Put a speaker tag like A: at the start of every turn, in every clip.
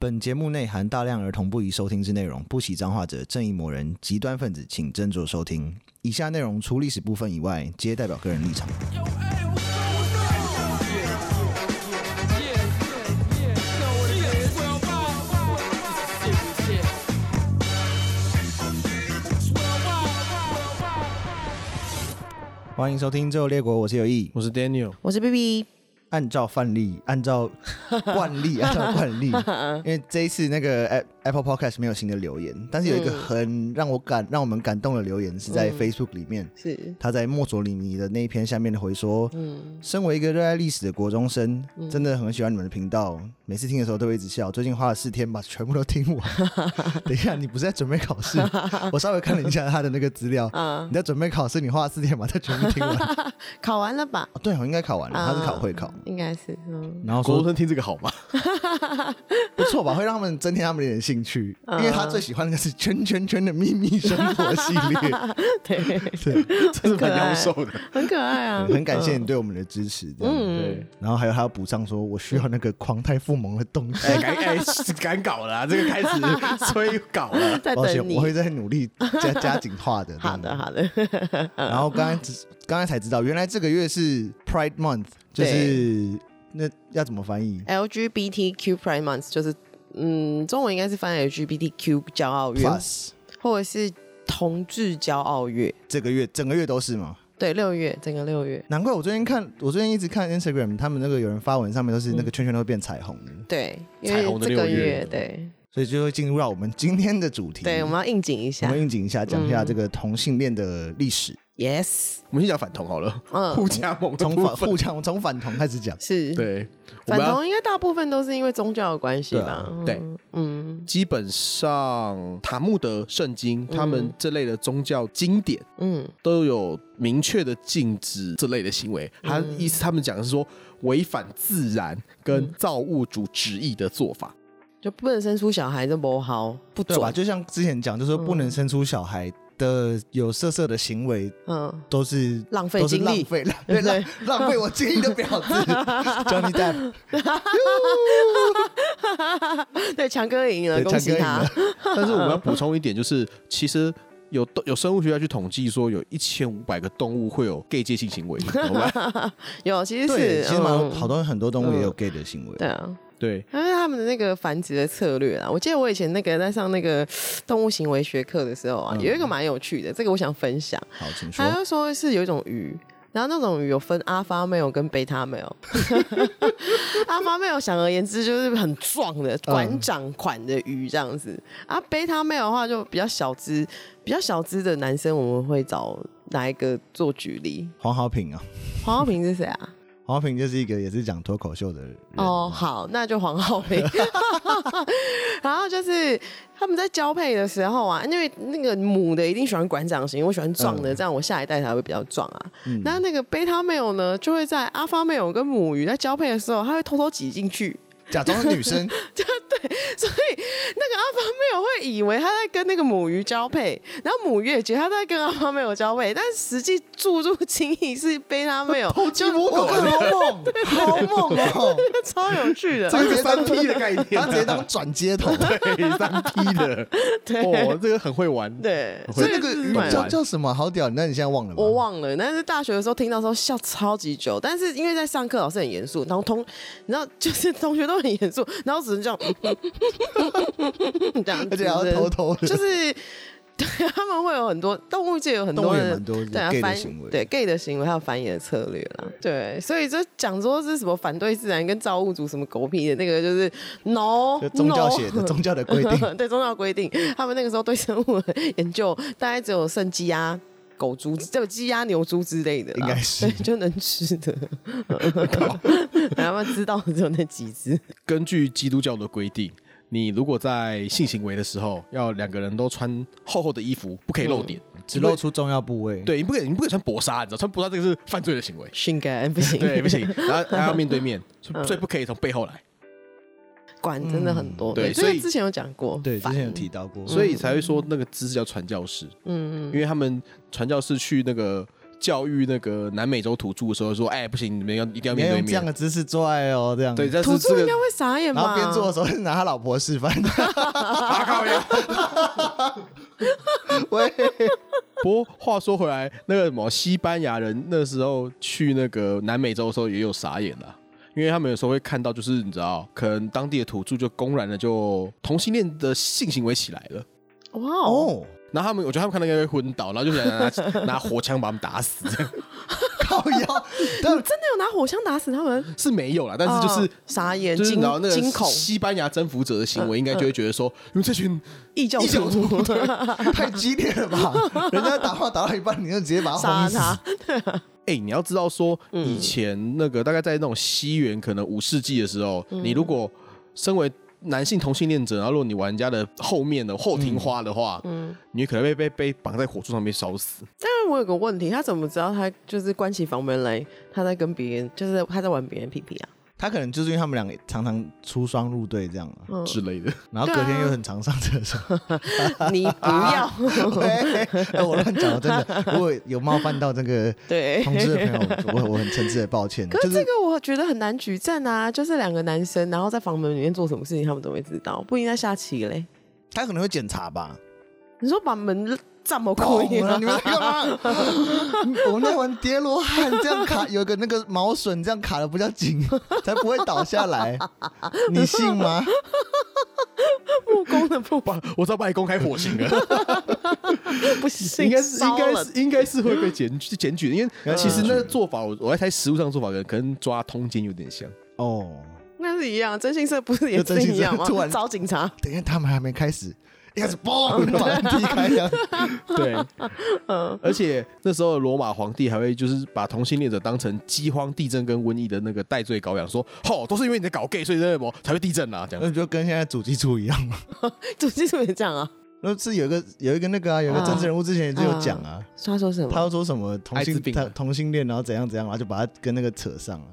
A: 本节目内含大量儿童不宜收听之内容，不喜脏话者、正义魔人、极端分子，请斟酌收听。以下内容除历史部分以外，皆代表个人立场。欢迎收听《最后列国》，我是有意。
B: 我是 Daniel，
C: 我是 B B，
A: 按照范例，按照惯例，按照惯例，因为这一次那个 App- Apple Podcast 没有新的留言，但是有一个很让我感、让我们感动的留言是在 Facebook 里面，
C: 是
A: 他在墨索里尼的那一篇下面的回说，嗯，身为一个热爱历史的国中生，真的很喜欢你们的频道，每次听的时候都会一直笑。最近花了四天把全部都听完。等一下，你不是在准备考试？我稍微看了一下他的那个资料，你在准备考试，你花了四天把它全部听完。哦
C: 考完了吧？
A: 对哦，我应该考完了，他是考会考。
C: 应该是，嗯，
A: 然后
B: 国
A: 说
B: 中哦生听这个好吗？
A: 不错吧，会让他们增添他们一点兴趣，
C: 嗯
A: 因为他最喜欢的是《圈圈圈的秘密生活》系 列。
C: 对，
B: 这是蛮妖兽的。
C: 很可 爱啊，
A: 很感谢你对我们的支持，这样。
C: 嗯
B: 对，
A: 然后还有他要补上说，我需要那个狂太附萌的东西。
B: 哎，
C: 嗯
B: 敢哎敢搞了啊，这个开 始催稿了。
C: 在
A: 抱歉，
C: 等你
A: 我。会嗯再努力加加紧化的。
C: 好
A: 这
C: 的，
A: 样。
C: 好的，
A: 然后刚才只刚才才知道，原来这个月是 Pride Month，就是那要怎么翻译？
C: LGBTQ Pride Month 就是，嗯，中文应该是翻 LGBTQ 骄傲月，
A: Plus
C: 或者是同志骄傲月。
A: 这个月整个月都是吗？
C: 对，六月整个六月，
A: 难怪我最近看，我最近一直看 Instagram，他们那个有人发文上面都是
C: 嗯
A: 那个圈圈都会变彩虹的，
C: 对，因
B: 彩虹
C: 为
B: 的
C: 这个
B: 六月
C: 月，对，
A: 所以就会进入到我们今天的主题。
C: 对，我们要嗯应景
A: 嗯
C: 一
A: 我
C: 下
A: 们应景一下，讲一下这个同性恋的历史，
C: 嗯，Yes，
B: 我们先讲反同好了，
C: 嗯
B: 互加盟的
A: 从
B: 部
A: 反
B: 分
A: 互相从反同开始讲。
C: 是，
B: 对，我
C: 反
B: 们要
C: 同应该大部分都是因为宗教的关系
A: 对
C: 吧
A: 啊？
B: 对
C: 嗯嗯
B: 基本上塔木德、圣经，他们这类的宗教经典
C: 嗯，
B: 都有明确的禁止这类的行为。他
C: 嗯
B: 意思他们讲的是说违反自然跟造物主旨意的做法。
C: 就不能生出小孩，这不好，不
A: 对啊吧？
C: 准。
A: 就像之前讲，就是说不能生出小孩的有色色的行为
C: 嗯，
A: 都是
C: 浪费
A: 都是
C: 精
A: 浪
C: 力
A: 费浪对浪浪费我精力的婊子，Johnny Depp，
C: 对，强哥赢了，
A: 对
C: 恭
A: 强哥
C: 喜
A: 赢
C: 他
A: 了。
B: 但是我们要补充一点，就是其实有动有生物学家去统计说，有一千五百个动物会有 gay 界性行为，好吧？
C: 有，其实
A: 对，
C: 是
A: 其实蛮多
C: 嗯
A: 好多很多动物也有 gay 的行为，
C: 对啊，
B: 对，
C: 因为他们的那个繁殖的策略啊，我记得我以前那个在上那个动物行为学课的时候啊，有一个蛮有趣的，这个我想分享。
A: 好，请
C: 他
A: 嗯说。
C: 就说是有一种鱼，然后那种鱼有分阿发 male 跟贝塔 male。阿发 male 显而言之就是很壮的
A: 嗯
C: 馆长款的鱼这样子，啊，贝塔 male 的话就比较小只，比较小只的男生我们会找哪一个做举例？
A: 黄好平啊，
C: 黄浩平是谁啊？
A: 黄好平就是一个也是讲脱口秀的人，
C: 哦，好，那就黄浩 明。然后就是他们在交配的时候啊，因为那个母的一定喜欢馆长型，我喜欢壮的，这样我下一代才会比较壮啊。那、那个贝塔 male 呢，就会在阿发 male 跟母鱼在交配的时候，它会偷偷挤进去。
A: 假装是女 生，
C: 所以那个阿发妹友会以为他在跟那个母鱼交配，然后母鱼也觉得他在跟阿发妹友交配，但实际注入精液是被他妹哦友偷鸡摸
A: 我靠，好猛，好猛哦！
C: 超有趣 的。
A: 这个直接当
B: 三 P 的概念，
A: 他直接当转接头，
B: 对三 P 的，哦，这个很会玩。
C: 对，
B: 会
C: 所以
A: 那个鱼
C: 蛮有趣的
A: 叫叫什么？好屌！那你现在忘了吗？
C: 我忘了，但是大学的时候听到的时候笑超级久，但是因为在上课，老师很严肃，然后同，然后就是同学都很严肃， 然后只能这样，这样子，
A: 而且还要偷偷 的
C: 就是。对，他们会有很多动物界有很多
A: 动物也
C: 人
A: 蛮多
C: 对啊
A: gay 的
C: 繁
A: 行为
C: 对 gay 的行为还有繁衍的策略啦，对，所以就讲说是什么反对自然跟造物主什么狗屁的那个就是 no
A: 就宗教
C: no
A: 写的宗教的规定，
C: 对宗教 规定，他们那个时候对生物的研究大概只有剩鸡鸭、狗猪，只有鸡鸭、牛猪之类的啦，
A: 应该是
C: 对 就能吃 的。 然后他们知道的只有那几只，。
B: 根据基督教的规定，你如果在性行为的时候，要两个人都穿厚厚的衣服，不可以露点，
A: 只露出重要部位。
B: 对，你不可以，你不可以穿薄纱，你知道，穿薄纱这个是犯罪的行为
C: 性感不行，
B: 对，不行，然后还要面对面，所以所以不可以从背后来，
C: 管真的很多。
B: 嗯对
C: 这个
B: 所以
C: 之前有讲过，
A: 对，之
C: 烦
A: 前有提，到过，
B: 所以才会说那个姿势叫传教士。
C: 嗯
B: 因为他们传教士去那个教育那个南美洲土著的时候说，哎，不行，你们要一定要
A: 你嗯
B: 面
A: 要
B: 对
A: 用这样
B: 面。
A: 的姿势做爱哦，这样。
B: 对，但
C: 土
B: 是这
C: 著应
B: 个
C: 该会傻眼
A: 然后
C: 吧？
A: 边做的时候拿他老婆示范，
B: 啊靠呀！
A: 喂，
B: 不过话说回来，那个什么西班牙人那时候去那个南美洲的时候也有傻眼啦，因为他们有时候会看到，就是你知道，可能当地的土著就公然的就同性恋的性行为起来了。
C: 哇哦，
A: 哦，
B: 然后他们，我觉得他们看到应该会昏倒，然后就想拿 拿火枪把他们打死， 这样
A: 靠腰，但
C: 真的有拿火枪打死他们？
B: 是没有啦，但是就是、
C: 哦傻眼，
B: 就是
C: 惊
B: 然后那
C: 惊
B: 个
C: 恐，嗯
B: 西班牙征服者的行为，应该就会觉得说，你们这群
C: 异教
B: 异教
C: 徒
A: 哦
B: 徒对
A: 太激烈了吧？人家打话打到一半，你就直接把他
C: 杀
A: 轰死。
C: 他，
B: 哎、你要知道说，以前那个大概在那种西元可能五世纪的时候，
C: 嗯
B: 你如果身为男性同性恋者，然后如果你玩家的后面的后庭花的话，
C: 嗯
B: 你可能被被被绑在火柱上面烧死。
C: 但是我有个问题，他怎么知道他就是关起房门来，他在跟别人，就是他在玩别人屁屁 啊？
A: 他可能就是因为他们两个常常出双入对这样啊，
C: 嗯
B: 之类的，
A: 然后
C: 对啊
A: 隔天又很常上厕所。
C: 你 不要，
A: 喂，哎我乱讲了，真的。如果有冒犯到这个
C: 对。
A: 同志的朋友，我我我很诚挚的抱歉。
C: 可
A: 就是
C: 这
A: 是
C: 个我觉得很难举证啊，就是两个男生，然后在房门里面做什么事情，他们怎么会知道？不应该下棋嘞。
A: 他可能会检查吧。
C: 你说把门这么
A: 懂
C: 亏、
A: 了，你们在干嘛？ 我们在玩叠罗汉，这样卡有个那个毛笋，这样卡的比较紧，才不会倒下来。你信吗？
C: 木工的不
B: 哇！我知道把你公开火刑 了，
C: 不行，
B: 应该是应该
C: 烧了
B: 是应该是会被检举检举的，因为
A: 嗯
B: 其实那个做法，我我在猜实物上的做法跟跟抓通奸有点像。
A: 哦，
C: 那是一样，征信社不是也
A: 就征
C: 是
A: 信社
C: 一样吗
A: 突然？
C: 找警察，
A: 等一下他们还没开始，一开始嘣，就把人踢开这样。
B: 对，而且那时候罗马皇帝还会就是把同性恋者当成饥荒、地震跟瘟疫的那个代罪羔羊，说吼都是因为你在搞 gay，所以那什么才会地震啊，这样。
A: 那不就跟现在主机处一样吗？
C: 主机组也这样啊？
A: 那是有一个有一个那个啊，有一个政治人物之前也是有讲啊，
C: 他说什
A: 他
C: 么？
A: 又说什么同
B: 艾滋
A: 性
B: 病
A: 他同性恋，然后怎样怎样，然后就把他跟那个扯上了。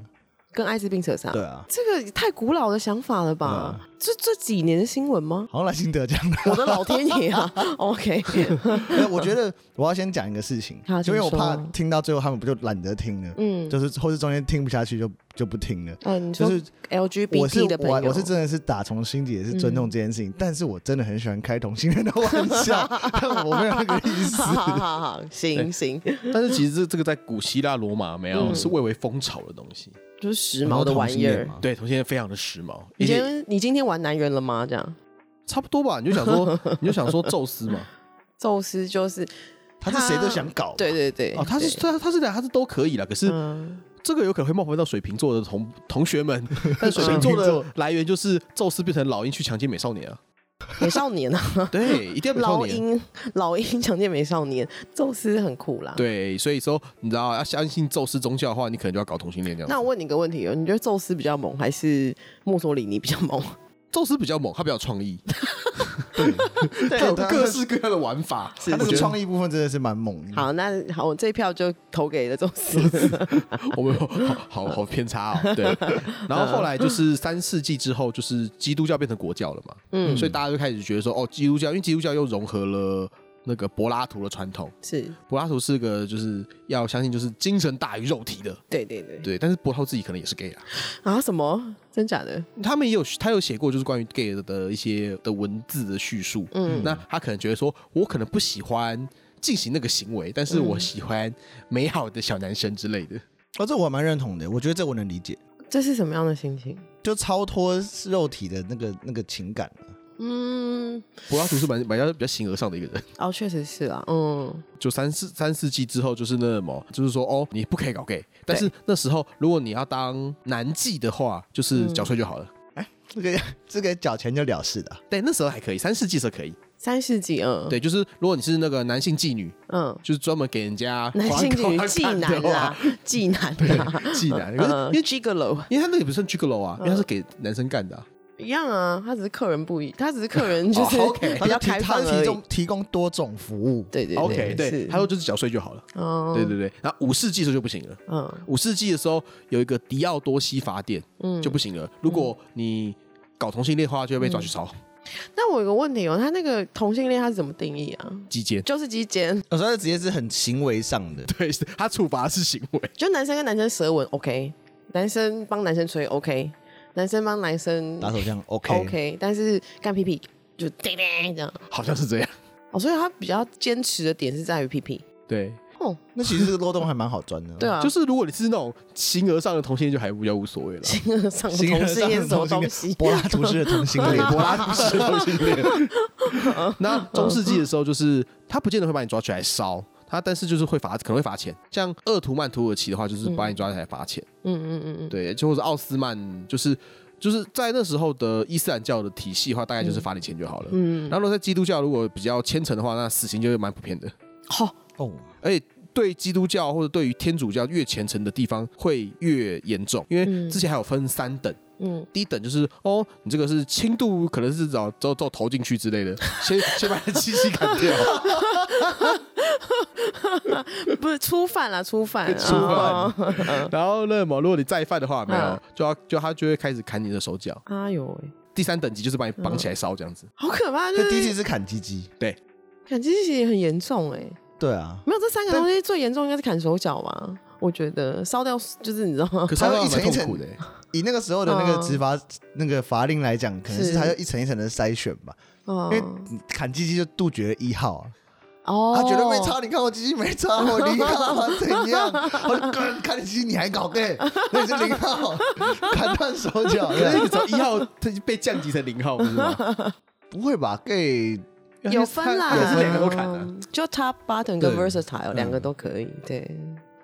C: 跟艾滋病扯上？
A: 对啊，
C: 这个也太古老的想法了吧？这这几年的新闻吗？
A: 好像来新德讲的。
C: 我的老天 爷啊！OK，
A: 没有我觉得我要先讲一个事情
C: 好，
A: 就因为我
C: 请
A: 怕
C: 说
A: 听到最后他们不就懒得听了，
C: 嗯
A: 就是或是中间听不下去就就不听了。
C: 嗯，你
A: 就
C: 说
A: 是我是
C: LGBT 的朋
A: 我
C: 友，
A: 我是真的是打从心底也是尊重这件事情，但是我真的很喜欢开同性恋的玩笑，
C: 嗯
A: 但我没有那个意思
C: 好。好好好，行 行，
B: 但是其实这这个在古希腊、罗马没有
C: 嗯
B: 是蔚为风潮的东西，
C: 就是时髦的玩意儿。
A: 对，
B: 对，同性恋非常的时髦，
C: 你
B: 以
C: 今
B: 前
C: 天你今天玩男人了吗？这样，
B: 差不多吧？你就想 说，你就想说宙斯嘛，
C: 宙斯就是
A: 他是谁都想搞，
C: 对，对对，
B: 哦，他是
C: 对
B: 他他是他是都可以啦，可是
C: 嗯，
B: 这个有可能会冒犯到水瓶座的 同同学们，但水瓶座
A: 水瓶
B: 的来源就是宙斯变成老鹰去强奸美少年 啊，
C: 美少年啊，
B: 对，一定要 美少
C: 老
B: 年。
C: 鹰老鹰强奸美少年，宙斯很酷啦。，
B: 对，所以说你知道啊要相信宙斯宗教的话，你可能就要搞同性恋这样子。
C: 那我问你个问题哦，你觉得宙斯比较猛，还是墨索里尼比较 猛？
B: 宙斯比较猛，他比较有创意，
C: 对
B: 他有
A: 他
B: 各式各样的玩法。
A: 他那
B: 我
A: 个
B: 觉得
A: 创意部分真的是蛮猛的。
C: 好，那好，我这一票就投给了宙 斯。
B: 我们有好好好偏差哦。对，然后后来就是三世纪之后，就是基督教变成国教了嘛，
C: 嗯，
B: 所以大家就开始觉得说，哦，基督教，因为基督教又融合了那个柏拉图的传统，
C: 是
B: 柏拉图是个就是要相信就是精神大于肉体的，
C: 对对对。
B: 对，但是柏拉图自己可能也是 gay 啦。
C: 啊？什么？真假的？
B: 他们也有他有写过，就是关于 gay 的一些的文字的叙述。嗯，那他可能觉得说，我可能不喜欢进行那个行为，但是我喜欢美好的小男生之类的。
A: 哦，这我还蛮认同的，我觉得这我能理解，
C: 这是什么样的心情？
A: 就超脱肉体的那个那个情感了。
C: 嗯，
B: 柏拉图是蛮蛮比较比较形而上的一个人。
C: 哦，确实是啊，嗯，
B: 就三四三世纪之后，就是那什么，就是说哦，你不可以搞 gay，但是那时候如果你要当男妓的话，就是缴税就好了。
A: 这个这个缴钱就了事的啊，
B: 对，那时候还可以，三世纪时候可以。
C: 三世纪，嗯，，
B: 对，就是如果你是那个男性妓女，
C: 嗯，
B: 就是专门给人家
C: 男性妓女
B: 花
C: 技
B: 款的
C: 男啦
B: 话，，
C: 技男啊啦，
B: 妓男，可是
C: 嗯
B: 因为
C: g i g l o
B: 因为他那也不算 gigolo 啊，因为他是给男生干的、啊。
C: 一样啊，他只是客人不一，他只是客人就是
B: 哦，OK，
A: 他
C: 比
A: 是
C: 较
A: 提
C: 开
A: 他
C: 放
A: 是提
C: 而已
A: 供，提供多种服务。
C: 对对
B: OK，对，
C: 是
B: 他说就是缴税就好了。
C: 哦，
B: 对对对，然后五世纪的时候就不行了。
C: 嗯
B: 五世纪的时候有一个狄奥多西法典
C: 嗯，
B: 嗯就不行了，如果你搞同性恋的话，就会被抓去烧。
C: 那我有个问题哦，他那个同性恋他是怎么定义啊？
B: 基奸，
C: 就是基奸，
A: 我说他直接是很行为上的，
B: 对，是他处罚是行为，
C: 就男生跟男生舌吻 OK，男生帮男生吹 OK，男生帮男生
A: 打手枪 OK
C: OK，但是干屁屁就 叮叮这样。
B: 好像是这样。
C: 哦，所以他比较坚持的点是在于屁屁。
B: 对，
C: 哦，
A: 那其实这个漏洞还蛮好钻的。
C: 对啊，
B: 就是如果你是那种形而上的同性恋，就还比较无所谓了。
C: 是上
A: 形而
C: 同性
A: 上
C: 恋
A: 的
C: 是什么
A: 同性恋
C: 东西？
A: 柏拉图式的同 性
B: 对，
A: 恋，
B: 柏拉图式同性恋。那中世纪的时候，就是他不见得会把你抓起来烧，他但是就是会罚，可能会罚钱。像鄂图曼土耳其的话，就是把你抓起来罚钱。
C: 嗯嗯嗯嗯，
B: 对，就或者奥斯曼，就是就是在那时候的伊斯兰教的体系的话，大概就是罚你钱就好了。嗯，然后如果在基督教如果比较虔诚的话，那死刑就会蛮普遍的。
C: 好、
A: 哦，
B: 而且哎对基督教或者对于天主教越虔诚的地方会越严重，因为之前还有分三等。
C: 嗯，
B: 第一等就是哦，你这个是轻度，可能是找找找投进去之类 的，先先把你的气息砍掉。
C: 不是初犯啦，初犯，
B: 初犯
C: 哦
B: 然后呢，么如果你再犯的话，没有
C: 嗯，
B: 就要就他就会开始砍你的手脚。
C: 哎呦喂，
B: 第三等级就是把你绑起来烧这样子。
C: 好可怕！就
A: 这第一
C: 是
A: 题是砍鸡鸡，
C: 砍鸡其实很严重哎、
A: 对啊，
C: 没有这三个东西最严重应该是砍手脚吧？我觉得烧掉就是你知道吗？
B: 可是他
A: 还有一层
B: 蛮
A: 一
B: 痛
A: 层
B: 苦的欸，
A: 以那个时候的那个执法那个法令来讲，可能
C: 嗯是
A: 是它要一层一层的筛选吧，
C: 哦
A: 因为你砍鸡鸡就杜绝了一号啊，
C: 哦，
A: 他绝对没差，你看我鸡鸡没差，我零号啊怎样？我就干砍你鸡鸡你还搞 gay，那你是零号， 砍断手脚
B: 啊可，是你从一号他就被降级成零号，不是吗？
A: 不会吧？gay
C: 有分啦，
B: 也是两个都砍啊的。
C: 嗯就 top button 跟
B: 对
C: versatile 两个都可以，对，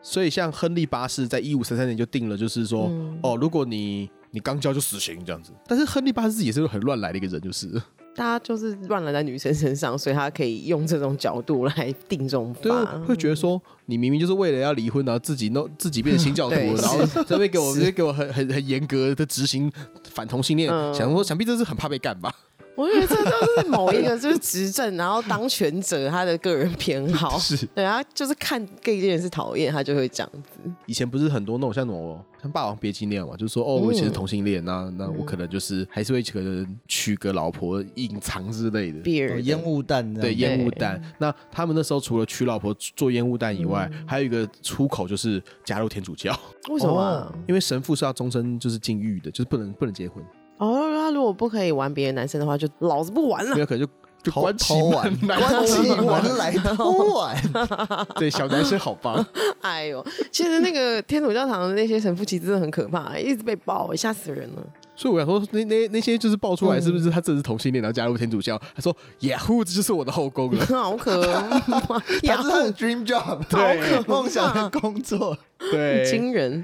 B: 所以像亨利八世在一五三三年就定了，就是说
C: 嗯
B: 哦，如果你你刚交就死刑这样子。但是亨利八世也是很乱来的一个人，就是了。
C: 大家就是乱来在女生身上，所以他可以用这种角度来定这种
B: 对，
C: 法
B: 我，会觉得说你明明就是为了要离婚，然后自己 弄自己变成新教徒，
C: 对
B: 然后这边给 我这边给我很很很严格的执行反同性恋，
C: 嗯
B: 想说想必这是很怕被干吧？
C: 我觉得这都是某一个就是执政，然后当权者他的个人偏好，
B: 是
C: 对他就是看 gay 这件事讨厌，他就会这样子。
B: 以前不是很多那种像那种像《霸王别姬》那样嘛，就是说
C: 嗯
B: 哦，我以前是同性恋，那那我可能就是还是会可能娶个老婆隐藏之类的。
C: beer 的
A: 哦烟雾弹这
B: 对
A: 样
B: 烟雾弹，那他们那时候除了娶老婆做烟雾弹以外，还有一个出口就是加入天主教，
C: 为什么啊？
B: 因为神父是要终身就是禁欲的，就是不能不能结婚。
C: 哦，他如果不可以玩别的男生的话，就老子不玩了
B: 没。有可能就就
A: 偷
B: 关起
A: 偷玩，
B: 门来
A: 关起
B: 偷玩
A: 门来偷玩，
B: 对，小男生好棒，
C: 哎呦，其实那个天主教堂的那些神父其实真的很可怕，一直被爆，吓死人了。。
B: 所以我想说，那那那些就是爆出来，是不是他真的是同性恋，然后加入天主教？他说，Yahoo，这就是我的后宫了
C: 好可怕，
A: 他
C: 呀
A: 是他的 dream job，
B: 对
A: 梦想的工作。
B: 对，
C: 惊人。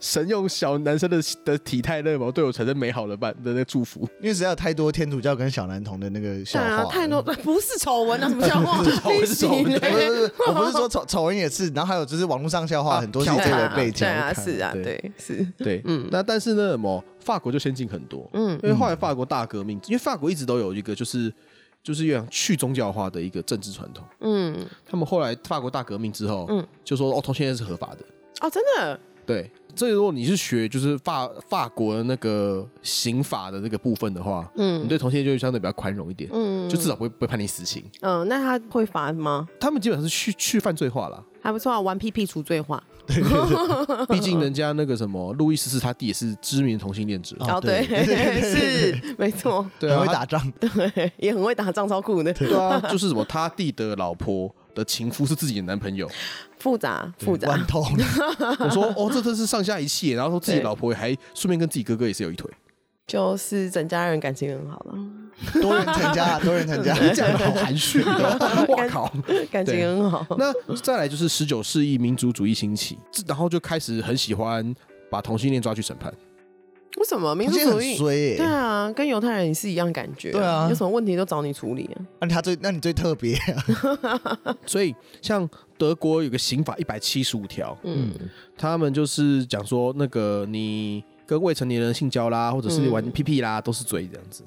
B: 神用小男生的的体态那毛对我产生美好的伴的那祝福。
A: 因为实在有太多天主教跟小男童的那个笑
C: 对啊，
A: 话，嗯
C: 太多不是丑闻啊，什么 笑话？
B: 丑闻
C: 你
B: 是丑闻
C: 洗嘞
A: 不是不 是，我不是说丑丑闻也是，然后还有就是网络上笑话
B: 啊
A: 很多是
B: 跳
A: 这
C: 对
A: 个
C: 啊
A: 背景
C: 对。啊，是啊，
B: 对
C: 对，是，
B: 对，嗯，那但是呢，么法国就先进很多，
C: 嗯
B: 嗯，因为后来法国大革命，因为法国一直都有一个就是就是有点去宗教化的一个政治传统。
C: 嗯，
B: 他们后来法国大革命之后，
C: 嗯
B: 嗯，就说哦，同性恋是合法的。
C: 哦，真的，
B: 对，这如果你是学就是法法国的那个刑法的那个部分的话，你
C: 嗯
B: 对同性恋就会相对比较宽容一点，
C: 嗯，
B: 就至少不会不会判你死刑。
C: 嗯，那他会罚吗？
B: 他们基本上是去去犯罪 化啦，
C: 还不错啊，玩屁屁除罪化。
B: 毕竟人家那个什么路易十四他弟也是知名的同性恋者，
A: 哦
C: 对，
A: 对对
C: 是没错，
B: 对
A: 很
B: 啊，
A: 会
B: 他
A: 打仗，
C: 对，也很会打仗，超酷的，
B: 对啊，就是什么他弟的老婆的情夫是自己的男朋友，
C: 复杂复杂
A: 玩， 通。
B: 我说哦，这真是上下一气耶，然后说自己
C: 对
B: 老婆还顺便跟自己哥哥也是有一腿，
C: 就是整家人感情很好 了。
A: 多人参加，啊多人参加。
B: 你讲的好含蓄哦， 哇靠！
C: 感情很好。
B: 那再来就是十九世纪民族主义兴起，这然后就开始很喜欢把同性恋抓去审判。
C: 为什么民
A: 他
C: 族
A: 现在
C: 主
A: 很
C: 义？
A: 衰欸耶
C: 对，啊，跟犹太人也是一样感觉、
A: 对啊
C: 有什么问题都找你处理啊。
A: 那他最，那你最特别啊，
B: 所以像德国有个刑法一百七十五条，
C: 嗯，
B: 他们就是讲说那个嗯你跟未成年人性交啦，或者是玩屁屁啦，都是罪这样子。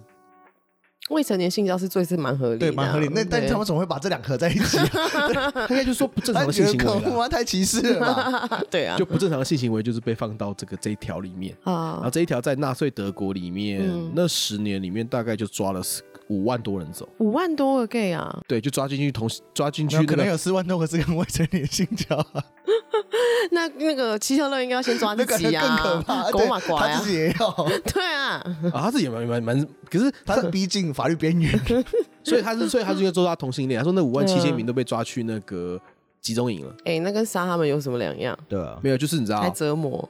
C: 未成年性交是最是蛮合理的啊，
A: 对，蛮合理。那但
C: 对
A: 他们怎么会把这两合在一起、 啊？
B: 他应该就说不正常
A: 他
B: 的
A: 觉
B: 性
A: 得
B: 行
A: 可
B: 为啦
A: 恶，啊，太歧视了 吧？
C: 对啊
B: 就不正常的性行为就是被放到这个这一条里面。然后
C: 啊，
B: 这一条在纳粹德国里面，那十年里面大概就抓了四五万多人走，
C: 五万多个 gay 啊，
B: 对，就抓进去同抓进去
A: 那
B: 那
A: 可能
B: 个
A: 有四万多个是跟未成年性交、啊，
C: 那那个希特勒应该要先抓
A: 那
C: 自
A: 个
C: 己
A: 更可
C: 啊
A: 怕，，
C: 狗马
A: 对
C: 瓜
A: 他
C: 呀
A: 自，己也 要，
C: 对啊，
B: 啊，他自己也蛮蛮蛮，可是
A: 他是逼近法律边缘。
B: 所以他是所以他是一个做到同性恋，他说那五万七千名都被抓去那个集中营了，
C: 哎，那跟杀他们有什么两样？
A: 对啊，
B: 没有，就是你知
C: 还
B: 道，
C: 折磨，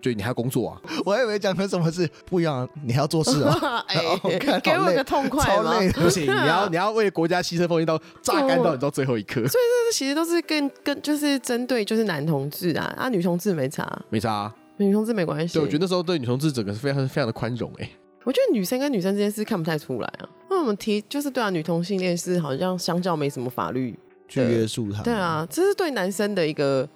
B: 就你还要工作啊，
A: 我还以为讲成什么事不一样，你还要做事 啊，
C: 哎
A: 哦看，
C: 给
A: 好
C: 我
A: 累
C: 个痛快
A: 超
C: 嘛。
A: 累的。
B: 不行，你要你要为国家牺牲奉献到榨干到你到最后一刻，
C: 这其实都是更更就是针对就是男同志啊，啊女同志没差，
B: 没差、啊。
C: 女同志没关系。
B: 对，我觉得那时候对女同志整个是非常非常的宽容哎、
C: 我觉得女生跟女生之间是看不太出来啊，因为我们提就是对啊，女同性恋是好像相较没什么法律，
A: 去约束他。
C: 对，啊，这是对男生的一个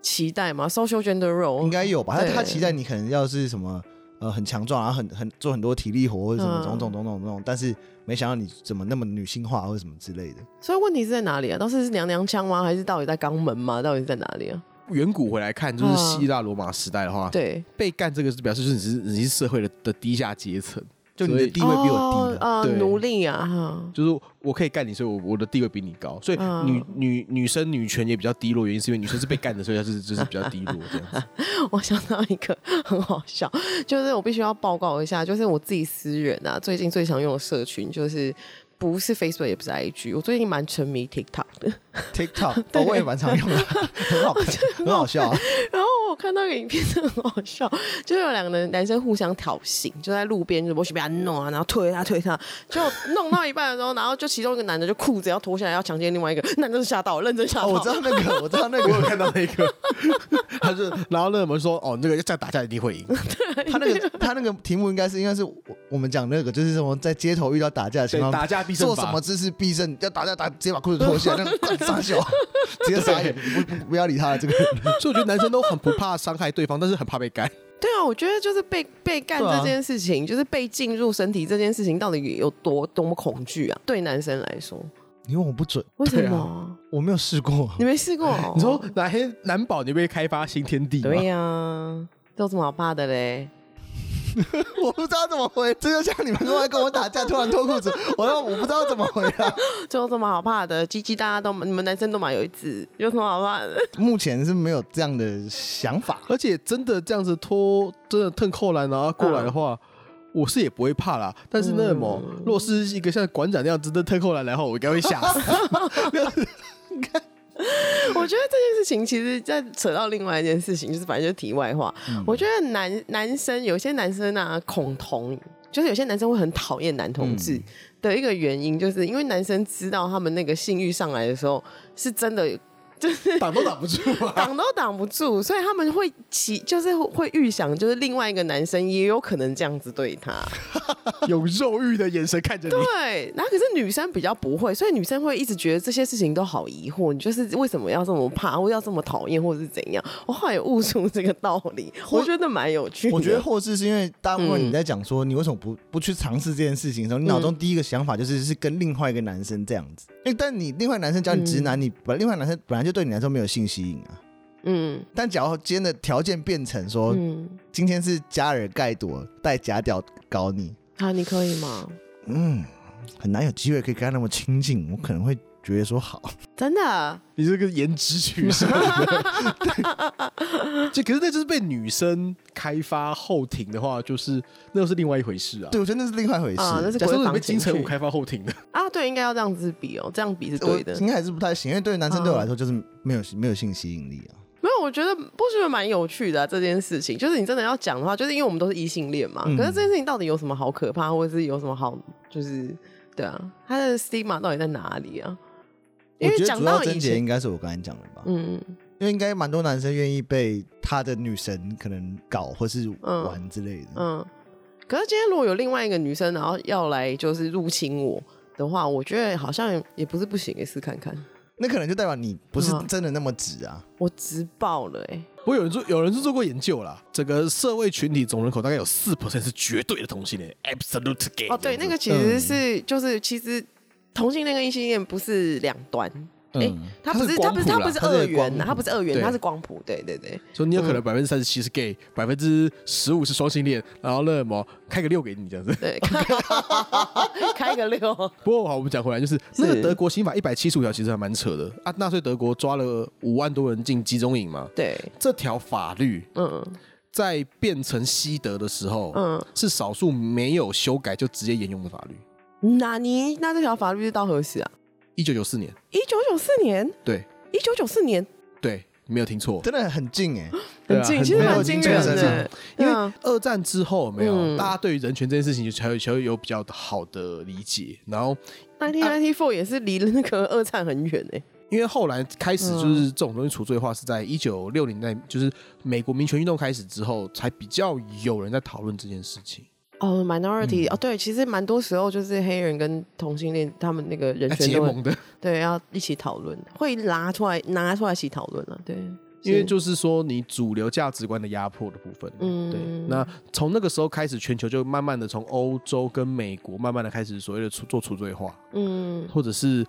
C: 期待嘛，social gender role
A: 应该有吧？他
C: 对
A: 他期待你可能要是什么呃很强壮，然后很很做很多体力活或者什么
C: 嗯
A: 种种种种种种，但是没想到你怎么那么女性化或者什么之类的。
C: 所以问题是在哪里啊？到底是娘娘腔吗？还是到底在肛门吗？到底是在哪里啊？
B: 远古回来看，就是希腊罗马时代的话，
C: 对，
B: 被干这个是表示就是你是你是社会的的低下阶层，
A: 就你
B: 所
A: 的
B: 以
A: 地位比我
C: 哦
A: 低的，
C: 啊
B: 对
C: 奴隶啊哈，
B: 就是我可以干你，所以我我的地位比你高，所以
C: 嗯
B: 女、女女生女权也比较低落，原因是因为女生是被干的，所以她是就是比较低落这样子。
C: 我想到一个很好笑，就是我必须要报告一下，就是我自己私人啊，最近最常用的社群就是。不是 Facebook 也不是 IG，我最近蛮沉迷 TikTok 的。
A: TikTok，哦我也蛮常用的，很好看，很好笑 啊。
C: 然后我看到一个影片，真的很好笑，就是有两个人男生互相挑衅，就在路边，就是我去被他弄啊，然后推他推他，就弄到一半的时候，然后就其中一个男的就裤子要脱下来要强奸另外一个，男的就吓到我，认真吓到
A: 哦，我
C: 我，
A: 知道那个，我知道那
B: 我
A: 个，
B: 有看到那 个，他是然后那我们说哦，那个这样打架一定会赢，
A: 他那个他那个题目应该是应该是我我们讲那个，就是什么在街头遇到打架的情况，
B: 对打架必胜
A: 做
B: 法
A: 什么姿势必胜，要打架打直接把裤子脱下来， 那个干傻笑，直接傻眼，不不不要理他了这个人。
B: 所以我觉得男生都很不怕伤害对方，但是很怕被干。
C: 对啊，我觉得就是被被干
A: 对啊
C: 这件事情，就是被进入身体这件事情，到底有多多么恐惧啊？对男生来说，
A: 你问我不准，
C: 为什
B: 对
C: 么？
A: 我没有试过。
C: 你没试过、
B: 你说哪天难保你被开发新天地吗？
C: 对呀、这有什么好怕的嘞？
A: 我不知道怎么回，这就像你们过来跟我打架，突然脱裤子，我让我不知道怎么回啊。
C: 这有什么好怕的？鸡鸡大家都，你们男生都买有一只，有什么好怕的？
A: 目前是没有这样的想法，
B: 而且真的这样子拖，真的腾扣篮然后过来的话，我是也不会怕啦。但是那什么，若是一个像馆长那样子的腾扣篮的话，我应该会吓 死。
C: 我觉得这件事情其实在扯到另外一件事情，就是反正就是题外话。我觉得男男生有些男生啊，恐同，就是有些男生会很讨厌男同志的一个原因，就是因为男生知道他们那个性欲上来的时候，是真的
B: 挡都挡不住啊！
C: 挡都挡不住，所以他们会起，就是会预想，就是另外一个男生也有可能这样子对他。
B: 有肉欲的眼神看着你，
C: 对，然后可是女生比较不会，所以女生会一直觉得这些事情都好疑惑，你就是为什么要这么怕，或要这么讨厌，或是怎样？我后来有悟出这个道 理，我觉得蛮有趣的。
A: 我觉得或是是因为大部分
C: 嗯
A: 你在讲说你为什么不不去尝试这件事情的时候，你脑中第一个想法就是是跟另外一个男生这样子，因为但你另外男生教你直男，你本来另外男生本来就对你来说没有性吸引啊。
C: 嗯
A: 但假如今天的条件变成说，
C: 嗯，
A: 今天是加尔盖朵带假屌搞你，
C: 好，你可以吗？
A: 嗯，很难有机会可以跟他那么亲近，我可能会觉得说好。
C: 真的，
B: 你这个颜值取胜。 就可是那就是被女生开发后庭的话，就是那又是另外一回事啊。
A: 对，我觉得那是另外一回事。
C: 啊那是
B: 假设
C: 不会
B: 你被
C: 放
B: 金城武
C: 进去
B: 开发后庭 的，
C: 啊，对，应该要这样子比哦，这样比是
A: 我
C: 对的。
A: 应该还是不太行，因为对于男生对我
C: 啊
A: 来说就是没有没有性吸引力啊。
C: 没有，我觉得不觉得蛮有趣的、啊、这件事情，就是你真的要讲的话，就是因为我们都是异性恋嘛。
A: 嗯
C: 可是这件事情到底有什么好可怕，或者是有什么好，就是对啊，它的 stigma 到底在哪里啊？因
A: 我
C: 为
A: 觉得
C: 讲
A: 主
C: 到
A: 要
C: 以
A: 症结
C: 前，
A: 应该是我刚才讲的吧，
C: 嗯，
A: 因为应该蛮多男生愿意被他的女神可能搞或是
C: 嗯
A: 玩之类的。
C: 嗯，可是今天如果有另外一个女生，然后要来就是入侵我的话，我觉得好像也不是不行，也试看看。
A: 那可能就代表你不是
C: 嗯
A: 真的那么直啊。
C: 我直爆了哎、
B: 不过有人做，有人是做过研究啦，整个社会群体总人口大概有四 percent 是绝对的同性恋，absolute gay。
C: 哦，对，那个其实是、就是其实同性恋跟异性恋不是两端，哎、它
B: 它
C: 不
B: 嗯是
C: 是它
B: 光
C: 不是
B: 谱
C: 它
B: 啦
C: 不是
A: 它是
C: 二
A: 个光
C: 元呐，
A: 谱
C: 它不是二元，
B: 对
C: 它是光谱，对对对，
B: 所以你有可能百分之三十七是 gay，百分之十五是双性恋，然后那什么开个六给你这样子。
C: 对， 开个六，
B: 不过好，我们讲回来，就是那个德国刑法一百七十五条其实还蛮扯的啊，纳粹德国抓了五万多人进集中营嘛，
C: 对，
B: 这条法律
C: 嗯，
B: 在变成西德的时候，
C: 嗯
B: 是少数没有修改就直接沿用的法律。
C: 那你那这条法律是到何时啊？
B: 一九九四年，
C: 一九九四年，
B: 对
C: 一九九四年
B: 对，你没有听错，
A: 真的很近哎、
B: 对
C: 很
B: 啊
C: 近，
B: 很
C: 其实
B: 没有
C: 蛮
A: 竞
C: 惊
A: 争
C: 人
A: 力
C: 的，
B: 因
C: 对啊
B: 为二战之后有没有、
C: 嗯
B: 大家对于人权这件事情就才会才会有比较好的理解，然后
C: nineteen ninety four 也是离了那个二战很远哎、
B: 因为后来开始就是
C: 嗯
B: 这种东西除罪化是在一九六零代，就是美国民权运动开始之后，才比较有人在讨论这件事情。
C: 哦、m i n o r i t y
A: 嗯
C: 哦，对，其实蛮多时候就是黑人跟同性恋他们那个人
B: 哎
C: 权
B: 结
C: 都会
B: 盟的，
C: 对，要一起讨论，会拿出来拿出来一起讨论啊了。对，
B: 因为
C: 是
B: 就是说你主流价值观的压迫的部分。
C: 嗯
B: 对。那从那个时候开始，全球就慢慢的从欧洲跟美国慢慢的开始所谓的除做除罪化，
C: 嗯，
B: 或者是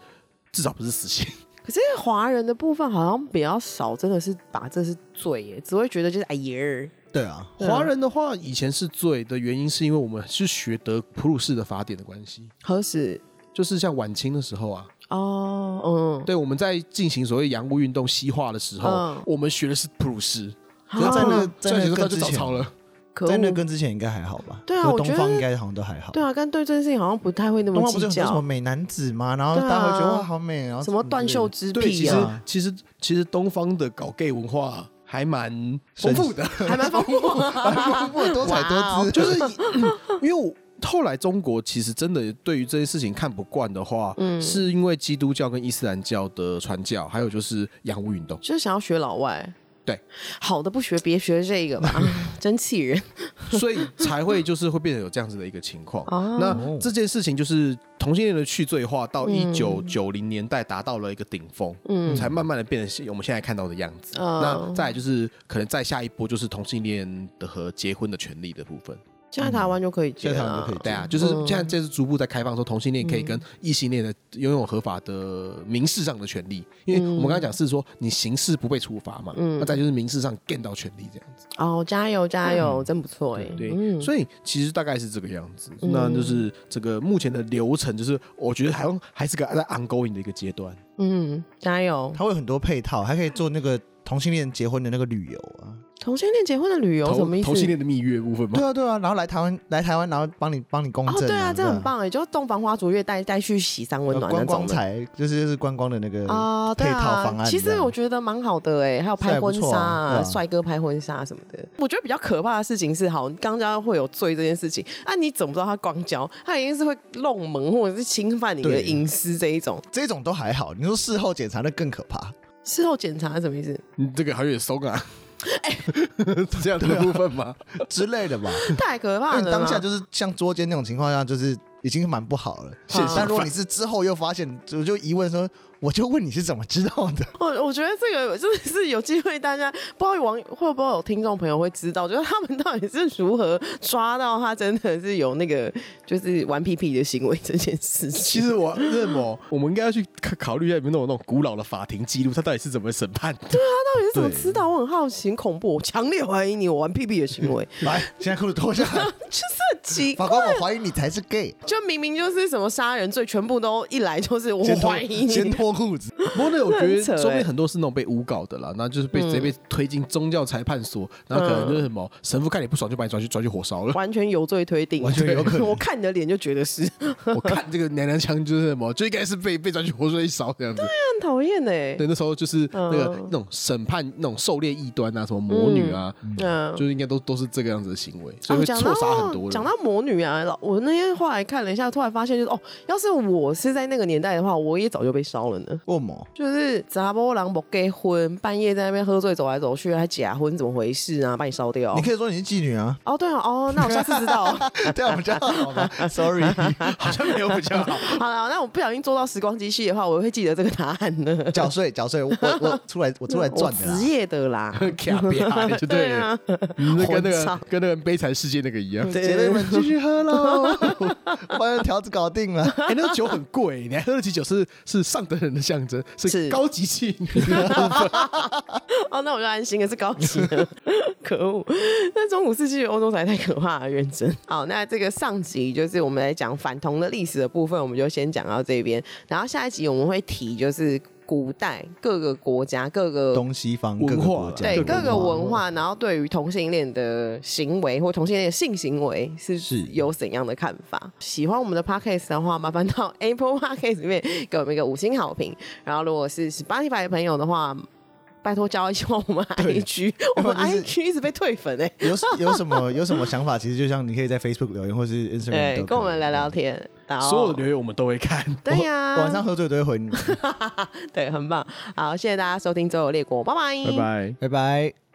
B: 至少不是死刑。
C: 可是华人的部分好像比较少，真的是把这是罪耶，只会觉得就是哎呀儿，
A: 对啊，
C: 对啊
B: 华人的话，以前是罪的原因是因为我们是学德普鲁士的法典的关系，
C: 何时
B: 就是像晚清的时候啊，
C: 哦，嗯，
B: 对，我们在进行所谓洋务运动西化的时候，
C: 嗯
B: 我们学的是普鲁士，
A: 可是在那
C: 啊
A: 在那
B: 个
A: 跟
B: 就
A: 之
B: 早
A: 前，
B: 操了。
C: 可恶
A: 在那跟之前应该还好吧？
C: 对啊
A: 可是
C: 我
A: 东
C: 觉得
A: 方应该好像都还好。
C: 对啊，但对这件事情好像不太会那
A: 东
C: 么
A: 方不是
C: 计
A: 有很多什么
C: 较，
A: 美男子吗？然后
C: 对啊
A: 大家会觉得哇好美，然后
C: 什么断袖
A: 之
C: 之
B: 对，其
C: 癖
B: 实
C: 啊，
A: 啊
B: 其实其实东方的搞 gay 文化还蛮丰富的，
C: 还蛮丰富 的，
A: 类的，哇多彩啊多姿，
B: 就是嗯因为我后来中国其实真的对于这些事情看不惯的话，
C: 嗯
B: 是因为基督教跟伊斯兰教的传教，还有就是洋务运动。
C: 就是想要学老外。
B: 对，
C: 好的不学，别学这个 吧，真气人
B: 所以才会就是会变得有这样子的一个情况。
C: 啊！
B: 那这件事情就是同性恋的去罪化，到
C: 嗯
B: 一九九零年代达到了一个顶峰，
C: 嗯
B: 才慢慢的变成我们现在看到的样子。
C: 哦
B: 那再来就是可能再下一波就是同性恋的和结婚的权利的部分。
C: 现在台湾就可以结
A: 现在台湾
C: 了
A: 就可以
C: 啊，
B: 对啊，就是现在这是逐步在开放说同性恋可以跟异性恋的拥有合法的民事上的权利，因
C: 嗯
B: 为我们刚才讲是说你刑事不被处罚嘛，那再就是民事上 gain 到权利这样子。
C: 哦，加油加油，真不错哎、
B: 对，
C: 嗯
B: 所以其实大概是这个样子。
C: 嗯
B: 那就是这个目前的流程，就是我觉得好像还是个在 ongoing 的一个阶段。
C: 嗯，加油！
A: 它会有很多配套，还可以做那个同性恋结婚的那个旅游啊。
C: 同性恋结婚的旅游什么意
B: 同
C: 思？
B: 同性恋的蜜月部分吗
A: 对？啊对啊，然后来台湾来台湾，然后帮你帮你公
C: 哦，
A: 证，
C: 对啊，这很。棒哎，就洞房花烛夜带带去喜丧温
A: 有
C: 暖那
A: 啊观
B: 呃
A: 光
C: 种的
A: 财就是就是观光的那个
C: 啊，对
A: 配套
C: 啊
A: 方，案。
C: 其实我觉得蛮好的哎，还有拍婚
A: 这还不
C: 纱
A: 错啊
C: 啊，
A: 对啊
C: 帅哥拍婚纱什么的。我觉得比较可怕的事情是，好，刚刚会有罪这件事情，啊，你怎么知道他光交？他一定是会弄门或者是侵犯你的
A: 对
C: 隐私这一种。
A: 这种都还好，你说事后检查那更可怕。
C: 事后检查是什么 意思？
B: 你这个好像有点松 啊，
C: 哎
B: 是这样的部分吗？
A: 之类的吧。
C: 太可
A: 因
C: 怕
A: 为
C: 了
A: 你
C: 啦！
A: 当下就是像捉奸那种情况下，就是已经蛮不好了。
C: 现
B: 啊
C: 行
A: 但如果你是之后又发现，我就疑问说，我就问你是怎么知道的？
C: 我我觉得这个真的是有机会，大家不知道网会不会有听众朋友会知道，就是他们到底是如何抓到他真的是有那个就是玩屁屁的行为这件事
B: 其
C: 情。
B: 实我认为哦我们应该要去考考虑一下有没有那种那种古老的法庭记录，它到底是怎么审判的？
C: 到底是怎么知道？我很好奇，很恐怖，我强烈怀疑你有玩屁屁的行 为，
A: 来，现在裤子脱下来，
C: 就是很奇
A: 法
C: 怪。
A: 官，我怀疑你才是 gay。
C: 就明明就是什么杀人罪，全部都一来就是我
A: 先脱
C: 怀疑
A: 先
C: 你。
A: 脱裤子，
B: 不过呢，我觉得
C: 那很扯欸
B: 说不定很多是那种被诬告的啦，那就是被
C: 嗯
B: 直接被推进宗教裁判所，然后可能就是什么神父看你不爽就把你抓去抓去火烧了。
C: 完全有罪推定，
A: 完全有可能
C: 我看你的脸就觉得 是，很
B: 我看这个娘娘腔就是什么，就应该是被被抓去火水烧这样子。
C: 讨厌哎。
B: 对，那时候就是那个、
C: 嗯
B: 那种审判那种狩猎异端啊，什么魔女啊，
C: 嗯，
B: 就是应该都都是这个样子的行为，所以
C: 哦，
B: 会
C: 讲
B: 错
C: 到
B: 杀很多人。
C: 讲到魔女啊，老我那天后来看看了一下，突然发现就是哦，要是我是在那个年代的话，我也早就被烧了呢。
A: 为什么？
C: 就是杂波狼不结婚，半夜在那边喝醉走来走去，还假婚，怎么回事啊？把你烧掉
A: 你。可以说你是妓女啊，
C: 哦，对哦，哦，那我下次知 道。
A: 对我们这样好吗？Sorry，
B: 好像没有比较好。
C: 好了，那我不小心坐到时光机器的话，我会记得这个答案呢。
A: 缴税缴税，我我出来我 出来赚的
C: 我
A: 啦
C: 职。业的 啦。
B: 卡比亚就对了，
C: 啊，
B: 你那跟那
C: 混
B: 个
C: 账
B: 跟那个悲惨世界那个一样。
A: 姐妹们继续 喝喽， 我把那条子搞定 了。
B: 哎、那个酒很贵，你还喝得起酒是是上等人的象征，是
C: 是
B: 高级气女。
C: 哦，那我就安心了，是高级 的。可恶！那中古世纪的欧洲才太可怕了，认真。好，那这个上集就是我们来讲反同的历史的部分，我们就先讲到这边。然后下一集我们会提就是古代各个国家各个
A: 东西方各
B: 文
A: 个
B: 化
A: 国家，
C: 对
B: 各
C: 各个文化，然后对于同性恋的行为或同性恋的性行为是
A: 是
C: 有怎样的看法？喜欢我们的 podcast 的话，麻烦到 Apple Podcast 里面给我们一个五星好评。然后，如果是 Spotify 的朋友的话，拜托交一下我们 IG，我们
A: 要不然就是
C: IG 一直被退粉哎、
A: 有有什么有什么想法？其实就像你可以在 Facebook 留言，或 是 Instagram
C: 对，
A: 都
C: 跟我
A: 可以
C: 们聊聊。天。然 后
B: 所有的留言我们都会看。
C: 对呀、
A: 我晚上喝醉都会回你们，
C: 对，很棒。好，谢谢大家收听《周游列国》，拜拜，
B: 拜。
A: 拜拜。